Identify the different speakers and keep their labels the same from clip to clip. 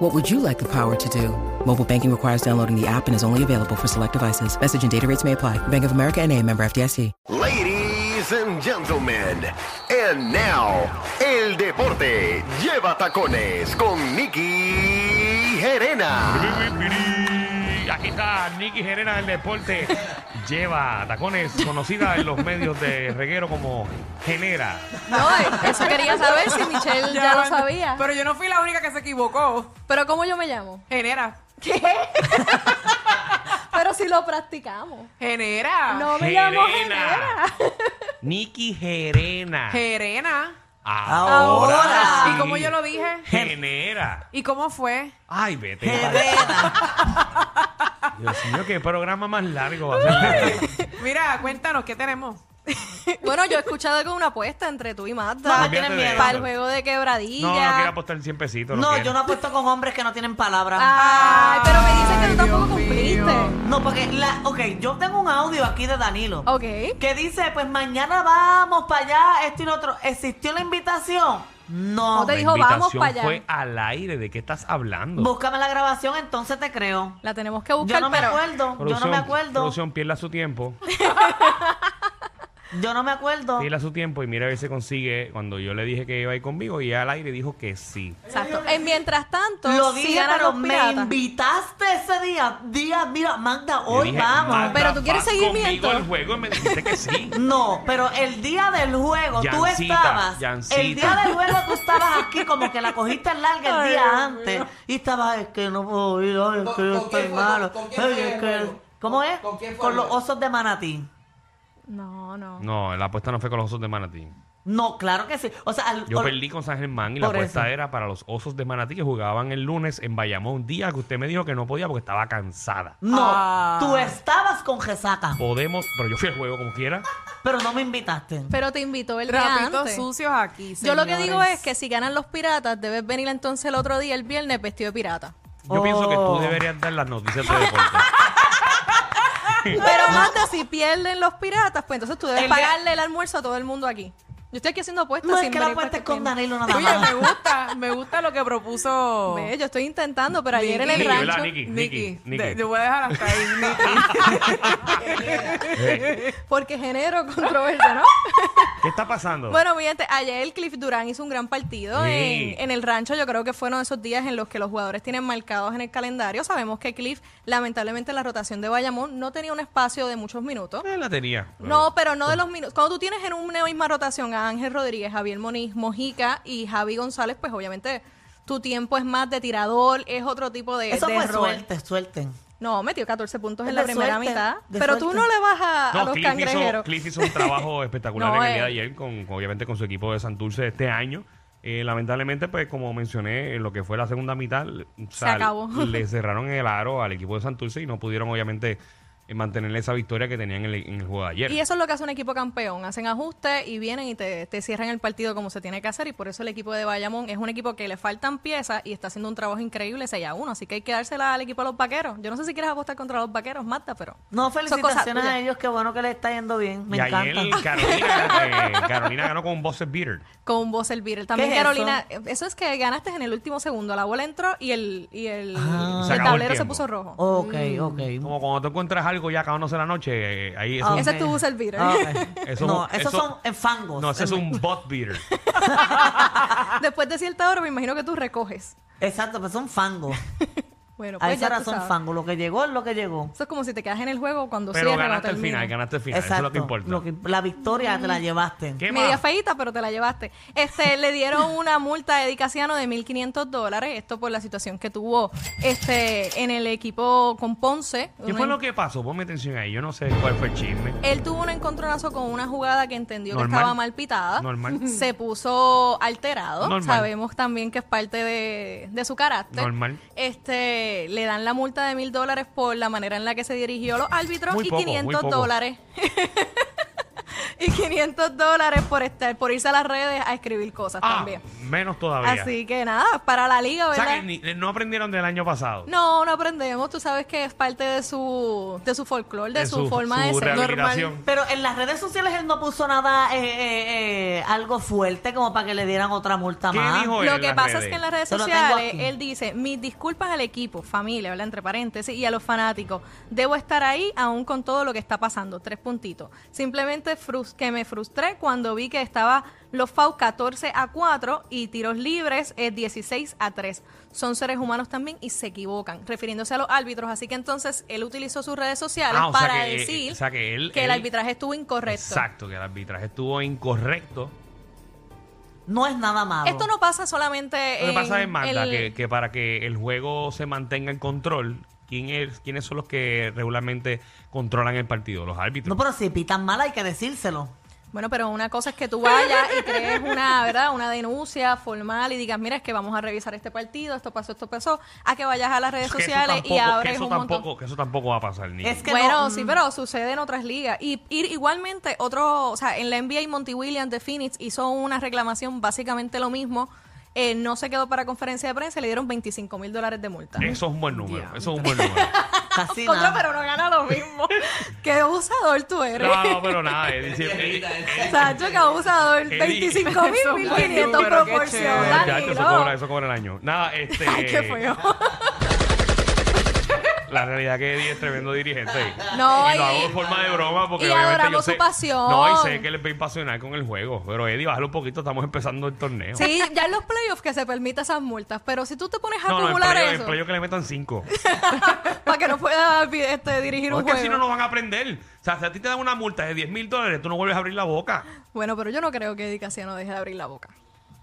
Speaker 1: What would you like the power to do? Mobile banking requires downloading the app and is only available for select devices. Message and data rates may apply. Bank of America and a member FDIC.
Speaker 2: Ladies and gentlemen, and now, el deporte lleva tacones con Nicky Gerena.
Speaker 3: Aquí está Nicky Gerena del Deporte. Lleva tacones, conocida en los medios de reguero como Genera.
Speaker 4: No, eso quería saber si Michelle ya lo sabía.
Speaker 5: Pero yo no fui la única que se equivocó.
Speaker 4: Pero ¿cómo yo me llamo?
Speaker 5: Genera.
Speaker 4: ¿Qué? Pero si lo practicamos.
Speaker 5: Genera.
Speaker 4: No me
Speaker 3: Gerena.
Speaker 4: llamo Genera.
Speaker 3: Nicky Gerena.
Speaker 5: Gerena.
Speaker 3: Ahora,
Speaker 4: Ahora.
Speaker 3: sí.
Speaker 5: ¿Y cómo yo lo dije?
Speaker 3: Genera.
Speaker 5: ¿Y cómo fue?
Speaker 3: Ay, vete. Dios mío, qué programa más largo va a ser. este.
Speaker 5: Mira, cuéntanos, ¿qué tenemos?
Speaker 4: Bueno, yo he escuchado algo de una apuesta entre tú y Marta.
Speaker 6: Mamá, tienes
Speaker 3: Olvídate de
Speaker 6: miedo.
Speaker 4: Para
Speaker 3: eso.
Speaker 4: el juego de quebradilla.
Speaker 3: No, no quiero apostar 100 pesitos.
Speaker 6: No,
Speaker 3: quiero.
Speaker 6: yo no apuesto con hombres que no tienen palabras.
Speaker 4: Ah. Ay, pero me dicen que
Speaker 5: Ay,
Speaker 4: tú tampoco
Speaker 5: Dios
Speaker 4: cumpliste.
Speaker 5: mío.
Speaker 6: No, porque la, ok, yo tengo un audio aquí de Danilo
Speaker 4: Oh. Ok.
Speaker 6: que dice, pues mañana vamos para allá, esto y lo otro. ¿Existió la invitación? No.
Speaker 4: No te
Speaker 3: La
Speaker 4: dijo, vamos
Speaker 3: invitación
Speaker 4: pa' allá.
Speaker 3: fue al aire. ¿De qué estás hablando?
Speaker 6: Búscame la grabación, entonces te creo.
Speaker 4: La tenemos que buscar,
Speaker 6: Yo no me
Speaker 4: pero.
Speaker 6: acuerdo, yo no
Speaker 3: Producción-
Speaker 6: me acuerdo,
Speaker 3: Producción, pierda su tiempo.
Speaker 6: yo no me acuerdo.
Speaker 3: Pierda su tiempo y mira a ver si consigue. Cuando yo le dije que iba a ir conmigo y al aire dijo que sí.
Speaker 4: Exacto. En mientras tanto,
Speaker 6: Lo
Speaker 4: si
Speaker 6: dije,
Speaker 4: ganan
Speaker 6: pero
Speaker 4: los
Speaker 6: me
Speaker 4: piratas.
Speaker 6: invitaste ese día. Día, mira, Magda,
Speaker 3: Le
Speaker 6: hoy
Speaker 3: dije,
Speaker 6: vamos.
Speaker 3: "Magda,
Speaker 4: Pero tú quieres
Speaker 3: vas
Speaker 4: seguir
Speaker 3: conmigo
Speaker 4: miento".
Speaker 3: al juego y me dijiste que sí.
Speaker 6: No, pero el día del juego tú
Speaker 3: Yancita,
Speaker 6: estabas.
Speaker 3: Yancita.
Speaker 6: El día del juego tú estabas aquí como que la cogiste larga el día antes. Y estabas, es que no puedo ir, ay, es que yo estoy malo. ay, es que- ¿Cómo es? ¿Con, los osos de Manatí.
Speaker 4: No, no.
Speaker 3: No, la apuesta no fue con los osos de Manatí.
Speaker 6: No, claro que sí. O sea, al-
Speaker 3: Yo
Speaker 6: ol-
Speaker 3: perdí con San Germán y la
Speaker 6: por
Speaker 3: apuesta
Speaker 6: eso.
Speaker 3: era para los osos de Manatí que jugaban el lunes en Bayamón, un día que usted me dijo que no podía porque estaba cansada.
Speaker 6: No,
Speaker 5: Ah.
Speaker 6: tú estabas con resaca,
Speaker 3: Podemos, pero yo fui al juego como quiera.
Speaker 6: pero no me invitaste.
Speaker 4: Pero te invitó el día
Speaker 5: Rapitos
Speaker 4: antes.
Speaker 5: sucios aquí.
Speaker 4: Yo lo que
Speaker 5: señores.
Speaker 4: digo es que si ganan los piratas, debes venir entonces el otro día, el viernes, vestido de pirata.
Speaker 3: Yo pienso que tú
Speaker 6: Oh.
Speaker 3: deberías dar las noticias de deporte.
Speaker 4: Pero Marta, si pierden los piratas, pues entonces tú debes
Speaker 6: El día-
Speaker 4: pagarle el almuerzo a todo el mundo aquí. Yo estoy aquí haciendo apuestas
Speaker 6: No
Speaker 4: sin
Speaker 6: es que la
Speaker 4: venir para
Speaker 6: apuesta es
Speaker 4: este
Speaker 6: con
Speaker 4: tema.
Speaker 6: Danilo nada
Speaker 5: Oye,
Speaker 6: más.
Speaker 5: me gusta, me gusta lo que propuso.
Speaker 4: Ve, yo estoy intentando, pero ayer en el
Speaker 5: Nicky,
Speaker 3: ¿verdad,
Speaker 4: rancho. Ah,
Speaker 3: Nicky?
Speaker 5: Nicky.
Speaker 3: Nicky.
Speaker 5: Te- Te voy a dejar hasta ahí, Nicky.
Speaker 3: Eh,
Speaker 4: Porque genero controversia, ¿no?
Speaker 3: ¿Qué está pasando?
Speaker 4: bueno, mi gente, ayer Cliff Durán hizo un gran partido
Speaker 3: Sí.
Speaker 4: en, en el rancho. Yo creo que fueron esos días en los que los jugadores tienen marcados en el calendario. Sabemos que Cliff, lamentablemente, en la rotación de Bayamón no tenía un espacio de muchos minutos.
Speaker 3: Eh, la tenía.
Speaker 4: No, pero no de los minutos. Cuando tú tienes en una misma rotación a Ángel Rodríguez, Javier Moniz, Mojica y Javi González, pues obviamente tu tiempo es más de tirador, es otro tipo de,
Speaker 6: Eso
Speaker 4: de
Speaker 6: fue
Speaker 4: rol.
Speaker 6: suerte, suerte.
Speaker 4: No, metió 14 puntos en
Speaker 6: Es
Speaker 4: la
Speaker 6: de
Speaker 4: primera
Speaker 6: suerte,
Speaker 4: mitad.
Speaker 6: de
Speaker 4: Pero tú
Speaker 6: suerte.
Speaker 4: no le vas a, a
Speaker 3: No,
Speaker 4: los
Speaker 3: Cliff hizo,
Speaker 4: cangrejeros.
Speaker 3: Cliff hizo un trabajo espectacular en
Speaker 4: No,
Speaker 3: el día de
Speaker 4: eh.
Speaker 3: ayer, con, con- obviamente con su equipo de Santurce de este año. Eh, lamentablemente, pues como mencioné, en lo que fue la segunda mitad, le- o sea,
Speaker 4: acabó.
Speaker 3: le cerraron el aro al equipo de Santurce y no pudieron obviamente eh, mantener esa victoria que tenían en el, en el juego de ayer.
Speaker 4: Y eso es lo que hace un equipo campeón. Hacen ajustes y vienen y te, te cierran el partido como se tiene que hacer. Y por eso el equipo de Bayamón es un equipo que le faltan piezas y está haciendo un trabajo increíble 6 a 1. Así que hay que dársela al equipo de los vaqueros. Yo no sé si quieres apostar contra los vaqueros, Marta, pero.
Speaker 6: No,
Speaker 4: son cosas
Speaker 6: felicitaciones
Speaker 4: tuyas.
Speaker 6: a ellos, qué bueno que les está yendo bien. Me
Speaker 3: Y ayer
Speaker 6: encanta.
Speaker 3: Carolina, eh, Carolina ganó con un buzzer beater.
Speaker 4: con vos servir. También
Speaker 6: ¿Qué es
Speaker 4: Carolina, eh, eso? es que ganaste en el último segundo, la bola entró y el y el,
Speaker 6: Ah.
Speaker 4: el
Speaker 3: Se acabó el
Speaker 4: tablero se
Speaker 3: tiempo.
Speaker 4: puso rojo.
Speaker 6: Ok, ok.
Speaker 3: Como cuando tú encuentras algo ya acabándose la noche, eh, ahí eso,
Speaker 6: Ah,
Speaker 4: Ese
Speaker 6: ok.
Speaker 4: es tu buzzer beater.
Speaker 6: Ah, ok.
Speaker 3: eh, Eso-
Speaker 6: no, esos
Speaker 3: eso-
Speaker 6: son en fangos.
Speaker 3: no, ese es un bot beater.
Speaker 4: Después de cierta hora me imagino que tú recoges.
Speaker 6: Exacto, pero son fangos.
Speaker 4: Bueno,
Speaker 6: A
Speaker 4: pues
Speaker 6: esa
Speaker 4: ya
Speaker 6: hora
Speaker 4: tú
Speaker 6: son
Speaker 4: sabes.
Speaker 6: fangos. Lo que llegó es lo que llegó.
Speaker 4: Eso es como si te quedas en el juego cuando
Speaker 3: Pero
Speaker 4: cierra,
Speaker 3: ganaste el
Speaker 4: cuando
Speaker 3: final,
Speaker 4: termina.
Speaker 3: ganaste el final. Eso es lo que importa.
Speaker 6: lo que- la victoria te
Speaker 4: Mm.
Speaker 6: la llevaste.
Speaker 3: ¿Qué
Speaker 4: Media
Speaker 3: más?
Speaker 4: feita, pero te la llevaste. Este, le dieron una multa de Dicasiano de 1.500 dólares. Esto por la situación que tuvo este, en el equipo con Ponce.
Speaker 3: ¿Qué fue lo que pasó? Ponme atención ahí. Yo no sé cuál fue el chisme.
Speaker 4: Él tuvo un encontronazo con una jugada que entendió que
Speaker 3: Normal.
Speaker 4: estaba mal pitada.
Speaker 3: Normal.
Speaker 4: Se puso alterado.
Speaker 3: Normal.
Speaker 4: Sabemos también que es parte de, de su carácter.
Speaker 3: Normal.
Speaker 4: Este, le dan la multa de mil dólares por la manera en la que se dirigió a los árbitros
Speaker 3: Muy
Speaker 4: y
Speaker 3: poco, muy
Speaker 4: 500
Speaker 3: poco.
Speaker 4: dólares y 500 dólares por estar, por irse a las redes a escribir cosas
Speaker 3: Ah,
Speaker 4: también.
Speaker 3: menos todavía.
Speaker 4: Así que nada, para la liga,
Speaker 3: O
Speaker 4: ¿verdad?
Speaker 3: sea que ni- eh, no aprendieron del año pasado.
Speaker 4: No, no aprendemos. Tú sabes que es parte de su, de su folclore, de,
Speaker 3: De
Speaker 4: su,
Speaker 3: su-
Speaker 4: forma de
Speaker 3: su
Speaker 4: ser.
Speaker 3: realidad.
Speaker 4: Normal.
Speaker 3: Habilitación.
Speaker 6: Pero en las redes sociales él no puso nada, eh, eh, eh, algo fuerte como para que le dieran otra multa
Speaker 3: ¿Qué
Speaker 6: más.
Speaker 3: dijo? en
Speaker 4: Lo que
Speaker 3: las
Speaker 4: pasa
Speaker 3: redes.
Speaker 4: es que en las redes
Speaker 6: Yo lo tengo
Speaker 4: sociales
Speaker 6: aquí.
Speaker 4: él dice, mis disculpas al equipo, familia, ¿verdad? Entre paréntesis, y a los fanáticos. Debo estar ahí aún con todo lo que está pasando. Tres puntitos. Simplemente frus- que me frustré cuando vi que estaba los FAU 14 a 4 y tiros libres es 16 a 3. Son seres humanos también y se equivocan, refiriéndose a los árbitros. Así que entonces él utilizó sus redes sociales
Speaker 3: Ah, o sea
Speaker 4: para
Speaker 3: que, eh,
Speaker 4: decir
Speaker 3: o sea que él-
Speaker 4: el
Speaker 3: él-
Speaker 4: arbitraje estuvo incorrecto.
Speaker 3: Exacto, que el arbitraje estuvo incorrecto.
Speaker 6: No es nada malo.
Speaker 4: Esto no pasa solamente
Speaker 3: Lo que pasa es, Magda,
Speaker 4: el-
Speaker 3: que, que para que el juego se mantenga en control, ¿quién es, ¿quiénes son los que regularmente controlan el partido? Los árbitros.
Speaker 6: No, pero si pitan mal hay que decírselo.
Speaker 4: Bueno, pero una cosa es que tú vayas y crees una, ¿verdad? Una denuncia formal y digas, mira, es que vamos a revisar este partido, esto pasó, esto pasó, a que vayas a las redes
Speaker 3: Que eso
Speaker 4: sociales y
Speaker 3: tampoco-
Speaker 4: abres
Speaker 3: que eso
Speaker 4: un
Speaker 3: tampoco,
Speaker 4: montón.
Speaker 3: Que eso tampoco va a pasar, ni
Speaker 6: Es que
Speaker 4: bueno,
Speaker 6: no,
Speaker 4: sí,
Speaker 6: mm,
Speaker 4: pero sucede en otras ligas. Y, y igualmente, otro, o sea, en la NBA Monty Williams de Phoenix hizo una reclamación básicamente lo mismo. Eh, no se quedó para conferencia de prensa y le dieron 25 mil dólares de multa.
Speaker 3: Eso es un buen número. Eso es un buen número.
Speaker 6: casi
Speaker 4: Contra,
Speaker 6: nada.
Speaker 4: pero no gana lo mismo. Qué abusador tú eres.
Speaker 3: no, no, pero nada. él dice-
Speaker 4: Sacho, que abusador.
Speaker 3: Eddie.
Speaker 4: 25
Speaker 5: Eso
Speaker 4: mil,
Speaker 5: es
Speaker 4: 1500
Speaker 5: bueno, qué
Speaker 4: proporción.
Speaker 5: chévere.
Speaker 3: Muchacho, eso, cobra,
Speaker 4: Danilo.
Speaker 3: eso cobra el año. Nada, este.
Speaker 4: Ay, qué feo.
Speaker 3: La realidad que Eddie es tremendo dirigente.
Speaker 4: No,
Speaker 3: y lo
Speaker 4: y-
Speaker 3: hago en forma de broma porque
Speaker 4: y
Speaker 3: obviamente
Speaker 4: adoramos
Speaker 3: yo
Speaker 4: su
Speaker 3: sé-
Speaker 4: pasión.
Speaker 3: No, y sé que él es bien pasional con el juego. Pero Eddie, bájalo un poquito, estamos empezando el torneo.
Speaker 4: Sí, ya en los playoffs que se permita esas multas, pero si tú te pones a
Speaker 3: no, no, el
Speaker 4: acumular
Speaker 3: playo- el
Speaker 4: eso
Speaker 3: playo que le metan cinco.
Speaker 4: para que no puedas este, dirigir
Speaker 3: No,
Speaker 4: un
Speaker 3: es que
Speaker 4: juego.
Speaker 3: así no nos van a aprender. O sea, si a ti te dan una multa de 10 mil dólares, tú no vuelves a abrir la boca.
Speaker 4: Bueno, pero yo no creo que Eddie Casiano deje de abrir la boca.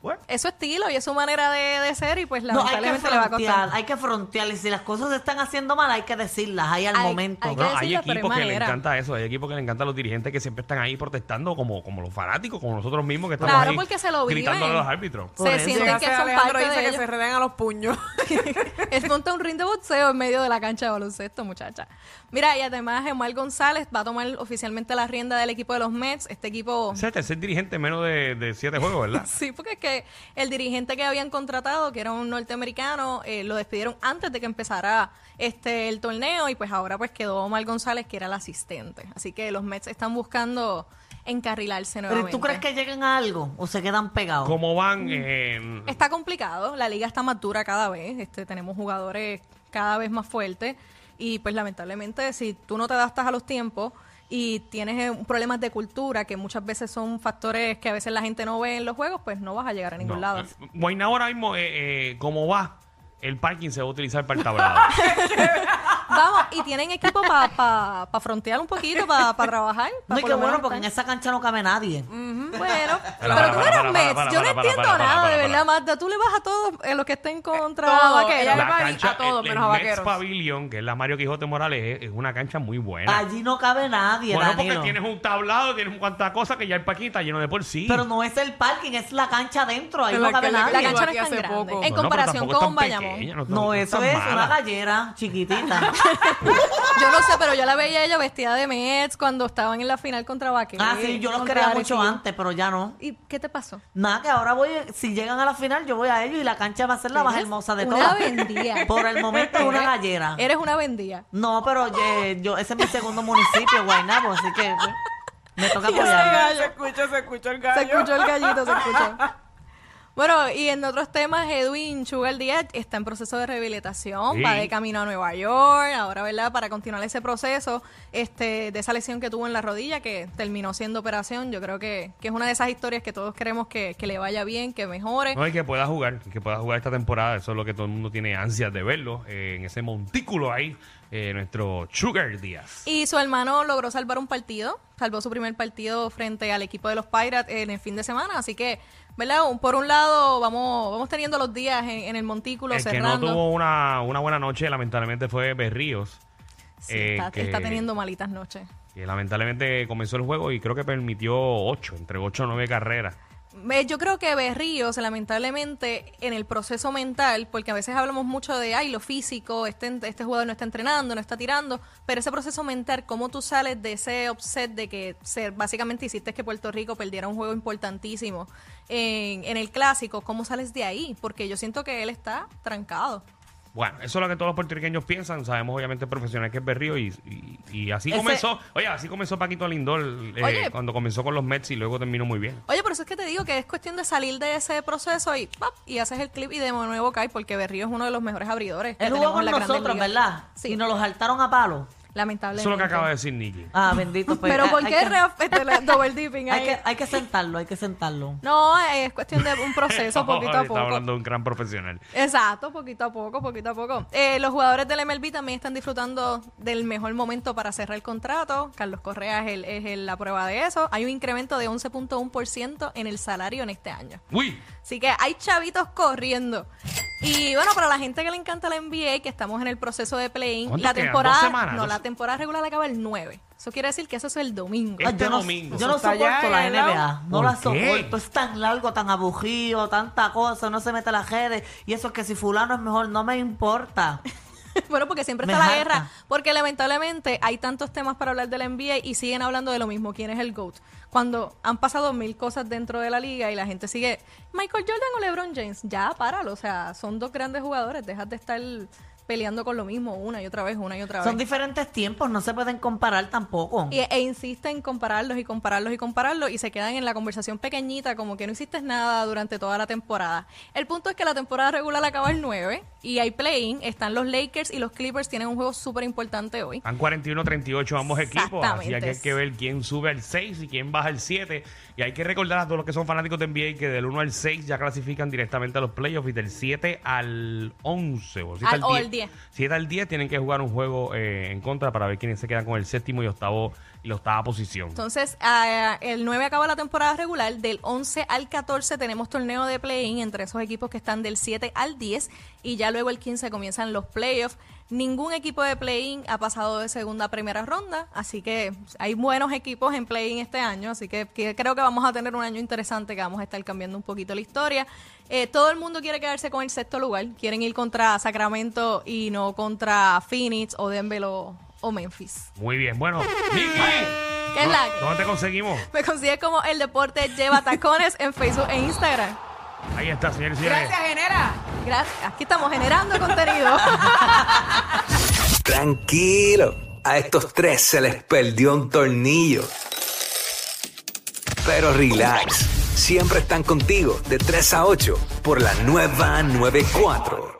Speaker 3: Bueno,
Speaker 4: Es su estilo y es su manera de, de ser y pues
Speaker 6: No, hay que
Speaker 4: lamentablemente le va a
Speaker 6: frontear,
Speaker 4: costar.
Speaker 6: hay que frontear. Y si las cosas se están haciendo mal, hay que decirlas ahí al
Speaker 4: Hay-
Speaker 6: momento.
Speaker 4: hay que-
Speaker 3: no, hay
Speaker 4: decirlo, pero
Speaker 3: equipos
Speaker 4: hay
Speaker 3: que le
Speaker 4: manera.
Speaker 3: encanta eso. Hay equipos que le encantan los dirigentes que siempre están ahí protestando, como, como los fanáticos, como nosotros mismos que estamos
Speaker 4: Claro,
Speaker 3: ahí
Speaker 4: porque se lo viven.
Speaker 3: gritando a los árbitros.
Speaker 6: Por
Speaker 4: Se
Speaker 6: eso.
Speaker 4: sienten
Speaker 5: Gracias
Speaker 4: que
Speaker 5: a
Speaker 4: son
Speaker 5: Alejandro
Speaker 4: parte
Speaker 5: dice
Speaker 4: de
Speaker 5: que se
Speaker 4: ellos.
Speaker 5: redan a los puños.
Speaker 4: Él monta un ring de boxeo en medio de la cancha de baloncesto, muchacha. Mira, y además Gemar González va a tomar oficialmente la rienda del equipo de los Mets. Este equipo
Speaker 3: O sea, el tercer dirigente en menos de, de siete juegos, ¿verdad?
Speaker 4: Sí, porque es que el dirigente que habían contratado, que era un norteamericano, eh, lo despidieron antes de que empezara este el torneo y pues ahora pues quedó Omar González, que era el asistente. Así que los Mets están buscando encarrilarse
Speaker 6: Pero
Speaker 4: nuevamente.
Speaker 6: ¿y ¿tú crees que lleguen a algo o se quedan pegados?
Speaker 3: ¿Cómo
Speaker 4: Mm.
Speaker 3: van? eh,
Speaker 4: Está complicado, la liga está más dura cada vez, este, tenemos jugadores cada vez más fuertes y pues lamentablemente si tú no te adaptas a los tiempos y tienes eh, problemas de cultura que muchas veces son factores que a veces la gente no ve en los juegos, pues no vas a llegar a ningún
Speaker 3: no.
Speaker 4: lado.
Speaker 3: Eh, Guayna ahora mismo, eh, eh, ¿cómo va? El parking se va a utilizar para el tablado.
Speaker 4: Vamos, y tienen equipo para pa, pa frontear un poquito, para trabajar. pa
Speaker 6: No, y
Speaker 4: por
Speaker 6: qué
Speaker 4: lo menos
Speaker 6: bueno, porque en
Speaker 4: estar-
Speaker 6: esa cancha no cabe nadie.
Speaker 4: Bueno,
Speaker 3: Para,
Speaker 4: pero
Speaker 3: para, para,
Speaker 4: tú no eres
Speaker 3: para,
Speaker 4: Mets.
Speaker 3: para,
Speaker 4: Yo
Speaker 3: para,
Speaker 4: no
Speaker 3: para,
Speaker 4: entiendo
Speaker 3: para, para,
Speaker 4: nada,
Speaker 3: para,
Speaker 4: de
Speaker 3: para.
Speaker 4: verdad, Magda. Tú le vas a todos eh, los que estén contra
Speaker 5: todo,
Speaker 4: vaqueros.
Speaker 5: ella-
Speaker 3: la
Speaker 5: va a ir
Speaker 3: cancha,
Speaker 5: a todo,
Speaker 3: el, el
Speaker 5: menos a
Speaker 3: Mets
Speaker 5: vaqueros.
Speaker 3: Pavilion, que es la Mario Quijote Morales, es, es una cancha muy buena.
Speaker 6: Allí no cabe nadie,
Speaker 3: bueno,
Speaker 6: Danilo.
Speaker 3: porque tienes un tablado, tienes un cuantas cosas que ya el parking está lleno de por sí.
Speaker 6: Pero no es el parking, es la cancha adentro. Ahí
Speaker 5: Pero
Speaker 6: no
Speaker 5: la
Speaker 6: cabe
Speaker 5: que- la
Speaker 6: nadie.
Speaker 4: La
Speaker 5: Yo
Speaker 4: cancha no
Speaker 5: aquí
Speaker 4: es tan
Speaker 5: hace
Speaker 4: grande.
Speaker 5: poco.
Speaker 4: En
Speaker 3: Bueno, pero
Speaker 4: comparación
Speaker 3: tampoco es
Speaker 4: con
Speaker 3: tan
Speaker 4: Bayamón.
Speaker 3: pequeña,
Speaker 6: No,
Speaker 3: es
Speaker 6: eso
Speaker 3: tan
Speaker 6: es una
Speaker 3: mala.
Speaker 6: gallera chiquitita.
Speaker 4: Yo no sé, pero yo la veía ella vestida de Mets cuando estaban en la final contra vaqueros.
Speaker 6: ah, sí, yo los
Speaker 4: contra
Speaker 6: quería
Speaker 4: Arecibo.
Speaker 6: mucho antes, pero ya no.
Speaker 4: ¿Y qué te pasó?
Speaker 6: Nada, que ahora voy, si llegan a la final, yo voy a ellos y la cancha va a ser la más
Speaker 4: Eres
Speaker 6: hermosa de
Speaker 4: una
Speaker 6: todas.
Speaker 4: vendida.
Speaker 6: Por el momento es una
Speaker 4: Eres-
Speaker 6: gallera.
Speaker 4: Eres una vendida.
Speaker 6: No, pero eh, yo, ese es mi segundo municipio, Guaynabo, así que pues, me toca
Speaker 5: Se
Speaker 6: apoyar.
Speaker 5: escucha, se escucha, se escucha el
Speaker 4: Se
Speaker 5: gallo.
Speaker 4: escuchó el gallito, se escuchó. Bueno, y en otros temas, Edwin Sugar Díaz está en proceso de rehabilitación,
Speaker 3: Sí.
Speaker 4: va de camino a Nueva York, ahora, ¿verdad? Para continuar ese proceso este, de esa lesión que tuvo en la rodilla, que terminó siendo operación, yo creo que, que es una de esas historias que todos queremos que, que le vaya bien, que mejore.
Speaker 3: No, y que pueda jugar, que pueda jugar esta temporada. Eso es lo que todo el mundo tiene ansias de verlo. eh, en ese montículo ahí, eh, nuestro Sugar Díaz.
Speaker 4: Y su hermano logró salvar un partido, salvó su primer partido frente al equipo de los Pirates en el fin de semana, así que, ¿verdad? Un- Por un lado, vamos vamos teniendo los días en, en el montículo,
Speaker 3: El que no
Speaker 4: cerrando.
Speaker 3: tuvo una, una buena noche, lamentablemente, fue Berríos.
Speaker 4: Sí,
Speaker 3: eh,
Speaker 4: está,
Speaker 3: que-
Speaker 4: está teniendo malitas noches.
Speaker 3: que lamentablemente comenzó el juego y creo que permitió ocho, entre ocho o nueve carreras.
Speaker 4: me- yo creo que Berríos, lamentablemente, en el proceso mental, porque a veces hablamos mucho de, ay, lo físico, este, en- este jugador no está entrenando, no está tirando, pero ese proceso mental, cómo tú sales de ese upset de que se- básicamente hiciste que Puerto Rico perdiera un juego importantísimo en, en el clásico, ¿cómo sales de ahí? Porque yo siento que él está trancado.
Speaker 3: Bueno, eso es lo que todos los puertorriqueños piensan. Sabemos, obviamente, el profesional que es Berrío y, y- y así
Speaker 6: Ese-
Speaker 3: comenzó. Oye, así comenzó Paquito Lindol eh,
Speaker 4: Oye.
Speaker 3: cuando comenzó con los Mets y luego terminó muy bien.
Speaker 4: Oye, por eso es que te digo que es cuestión de salir de ese proceso y ¡pap! y haces el clip y de nuevo cae porque Berrío es uno de los mejores abridores. que
Speaker 6: Él jugó
Speaker 4: Eh, tenemos
Speaker 6: con
Speaker 4: en la Grandes
Speaker 6: nosotros,
Speaker 4: Ligas.
Speaker 6: ¿verdad?
Speaker 4: Sí,
Speaker 6: Y nos los saltaron a palo.
Speaker 4: lamentablemente.
Speaker 3: Eso es lo que acaba de decir Nicky.
Speaker 6: Ah, bendito. pues,
Speaker 4: Pero
Speaker 6: hay-
Speaker 4: ¿por
Speaker 6: hay
Speaker 4: qué
Speaker 6: que-
Speaker 4: ref- este, la- double dipping
Speaker 6: hay
Speaker 4: ahí?
Speaker 6: que, hay que sentarlo, hay que sentarlo.
Speaker 4: No, es cuestión de un proceso poquito a
Speaker 3: Estaba hablando
Speaker 4: poco.
Speaker 3: de un gran profesional.
Speaker 4: Exacto, poquito a poco, poquito a poco. Eh, los jugadores del MLB también están disfrutando del mejor momento para cerrar el contrato. Carlos Correa es, el- es el- la prueba de eso. Hay un incremento de 11.1% en el salario en este año.
Speaker 3: Uy,
Speaker 4: Así que hay chavitos corriendo. Y bueno, para la gente que le encanta la NBA, que estamos en el proceso de play-in,
Speaker 3: ¿Cuánto
Speaker 4: la
Speaker 3: queda? ¿Dos
Speaker 4: temporada,
Speaker 3: semanas?
Speaker 4: no,
Speaker 3: Dos-
Speaker 4: la temporada regular acaba el 9. Eso quiere decir que eso es el domingo.
Speaker 3: Este
Speaker 6: Ah, yo no,
Speaker 3: domingo.
Speaker 6: yo no
Speaker 5: Eso está
Speaker 6: soporto
Speaker 5: allá
Speaker 6: la
Speaker 5: en el lado.
Speaker 6: NBA. No
Speaker 3: ¿Por
Speaker 6: la
Speaker 3: qué?
Speaker 6: soporto. Es tan largo, tan aburrido, tanta cosa. No se mete las redes. Y eso es que si fulano es mejor, no me importa.
Speaker 4: bueno, porque siempre
Speaker 6: Me
Speaker 4: está la
Speaker 6: harta.
Speaker 4: guerra. Porque lamentablemente hay tantos temas para hablar de la NBA y siguen hablando de lo mismo. ¿Quién es el GOAT? Cuando han pasado mil cosas dentro de la liga y la gente sigue, Michael Jordan o LeBron James, ya páralo. O sea, son dos grandes jugadores. Dejas de estar peleando con lo mismo una y otra vez, una y otra
Speaker 6: Son
Speaker 4: vez.
Speaker 6: diferentes tiempos, no se pueden comparar tampoco.
Speaker 4: Y- e insisten en compararlos y compararlos y compararlos y se quedan en la conversación pequeñita como que no hiciste nada durante toda la temporada. El punto es que la temporada regular acaba el 9 y hay playing, están los Lakers y los Clippers tienen un juego súper importante hoy.
Speaker 3: Están 41-38 ambos equipos, así que
Speaker 4: Exactamente.
Speaker 3: hay que ver quién sube al 6 y quién baja al 7. Y hay que recordar a todos los que son fanáticos de NBA que del 1 al 6 ya clasifican directamente a los playoffs y del 7 al 11 o 7
Speaker 4: Al- o al 10.
Speaker 3: 7 al 10 tienen que jugar un juego eh, en contra para ver quiénes se quedan con el séptimo y octavo y la octava posición.
Speaker 4: Entonces, ah, el 9 acaba la temporada regular. Del 11 al 14 tenemos torneo de play-in entre esos equipos que están del 7 al 10. Y ya luego el 15 comienzan los playoffs. Ningún equipo de play-in ha pasado de segunda a primera ronda. Así que hay buenos equipos en play-in este año. Así que, que creo que vamos a tener un año interesante que vamos a estar cambiando un poquito la historia. Eh, todo el mundo quiere quedarse con el sexto lugar. Quieren ir contra Sacramento y no contra Phoenix o Denver o, o Memphis.
Speaker 3: Muy bien, bueno, Nicky,
Speaker 4: ¿Qué es la que?
Speaker 3: ¿dónde te conseguimos?
Speaker 4: Me consigues como El Deporte Lleva Tacones en Facebook e Instagram.
Speaker 3: Ahí está, señores y señores.
Speaker 5: Gracias, Genera.
Speaker 4: Gracias. Aquí estamos generando contenido.
Speaker 7: Tranquilo, a estos tres se les perdió un tornillo. Pero relax, siempre están contigo de 3 a 8 por la nueva 94.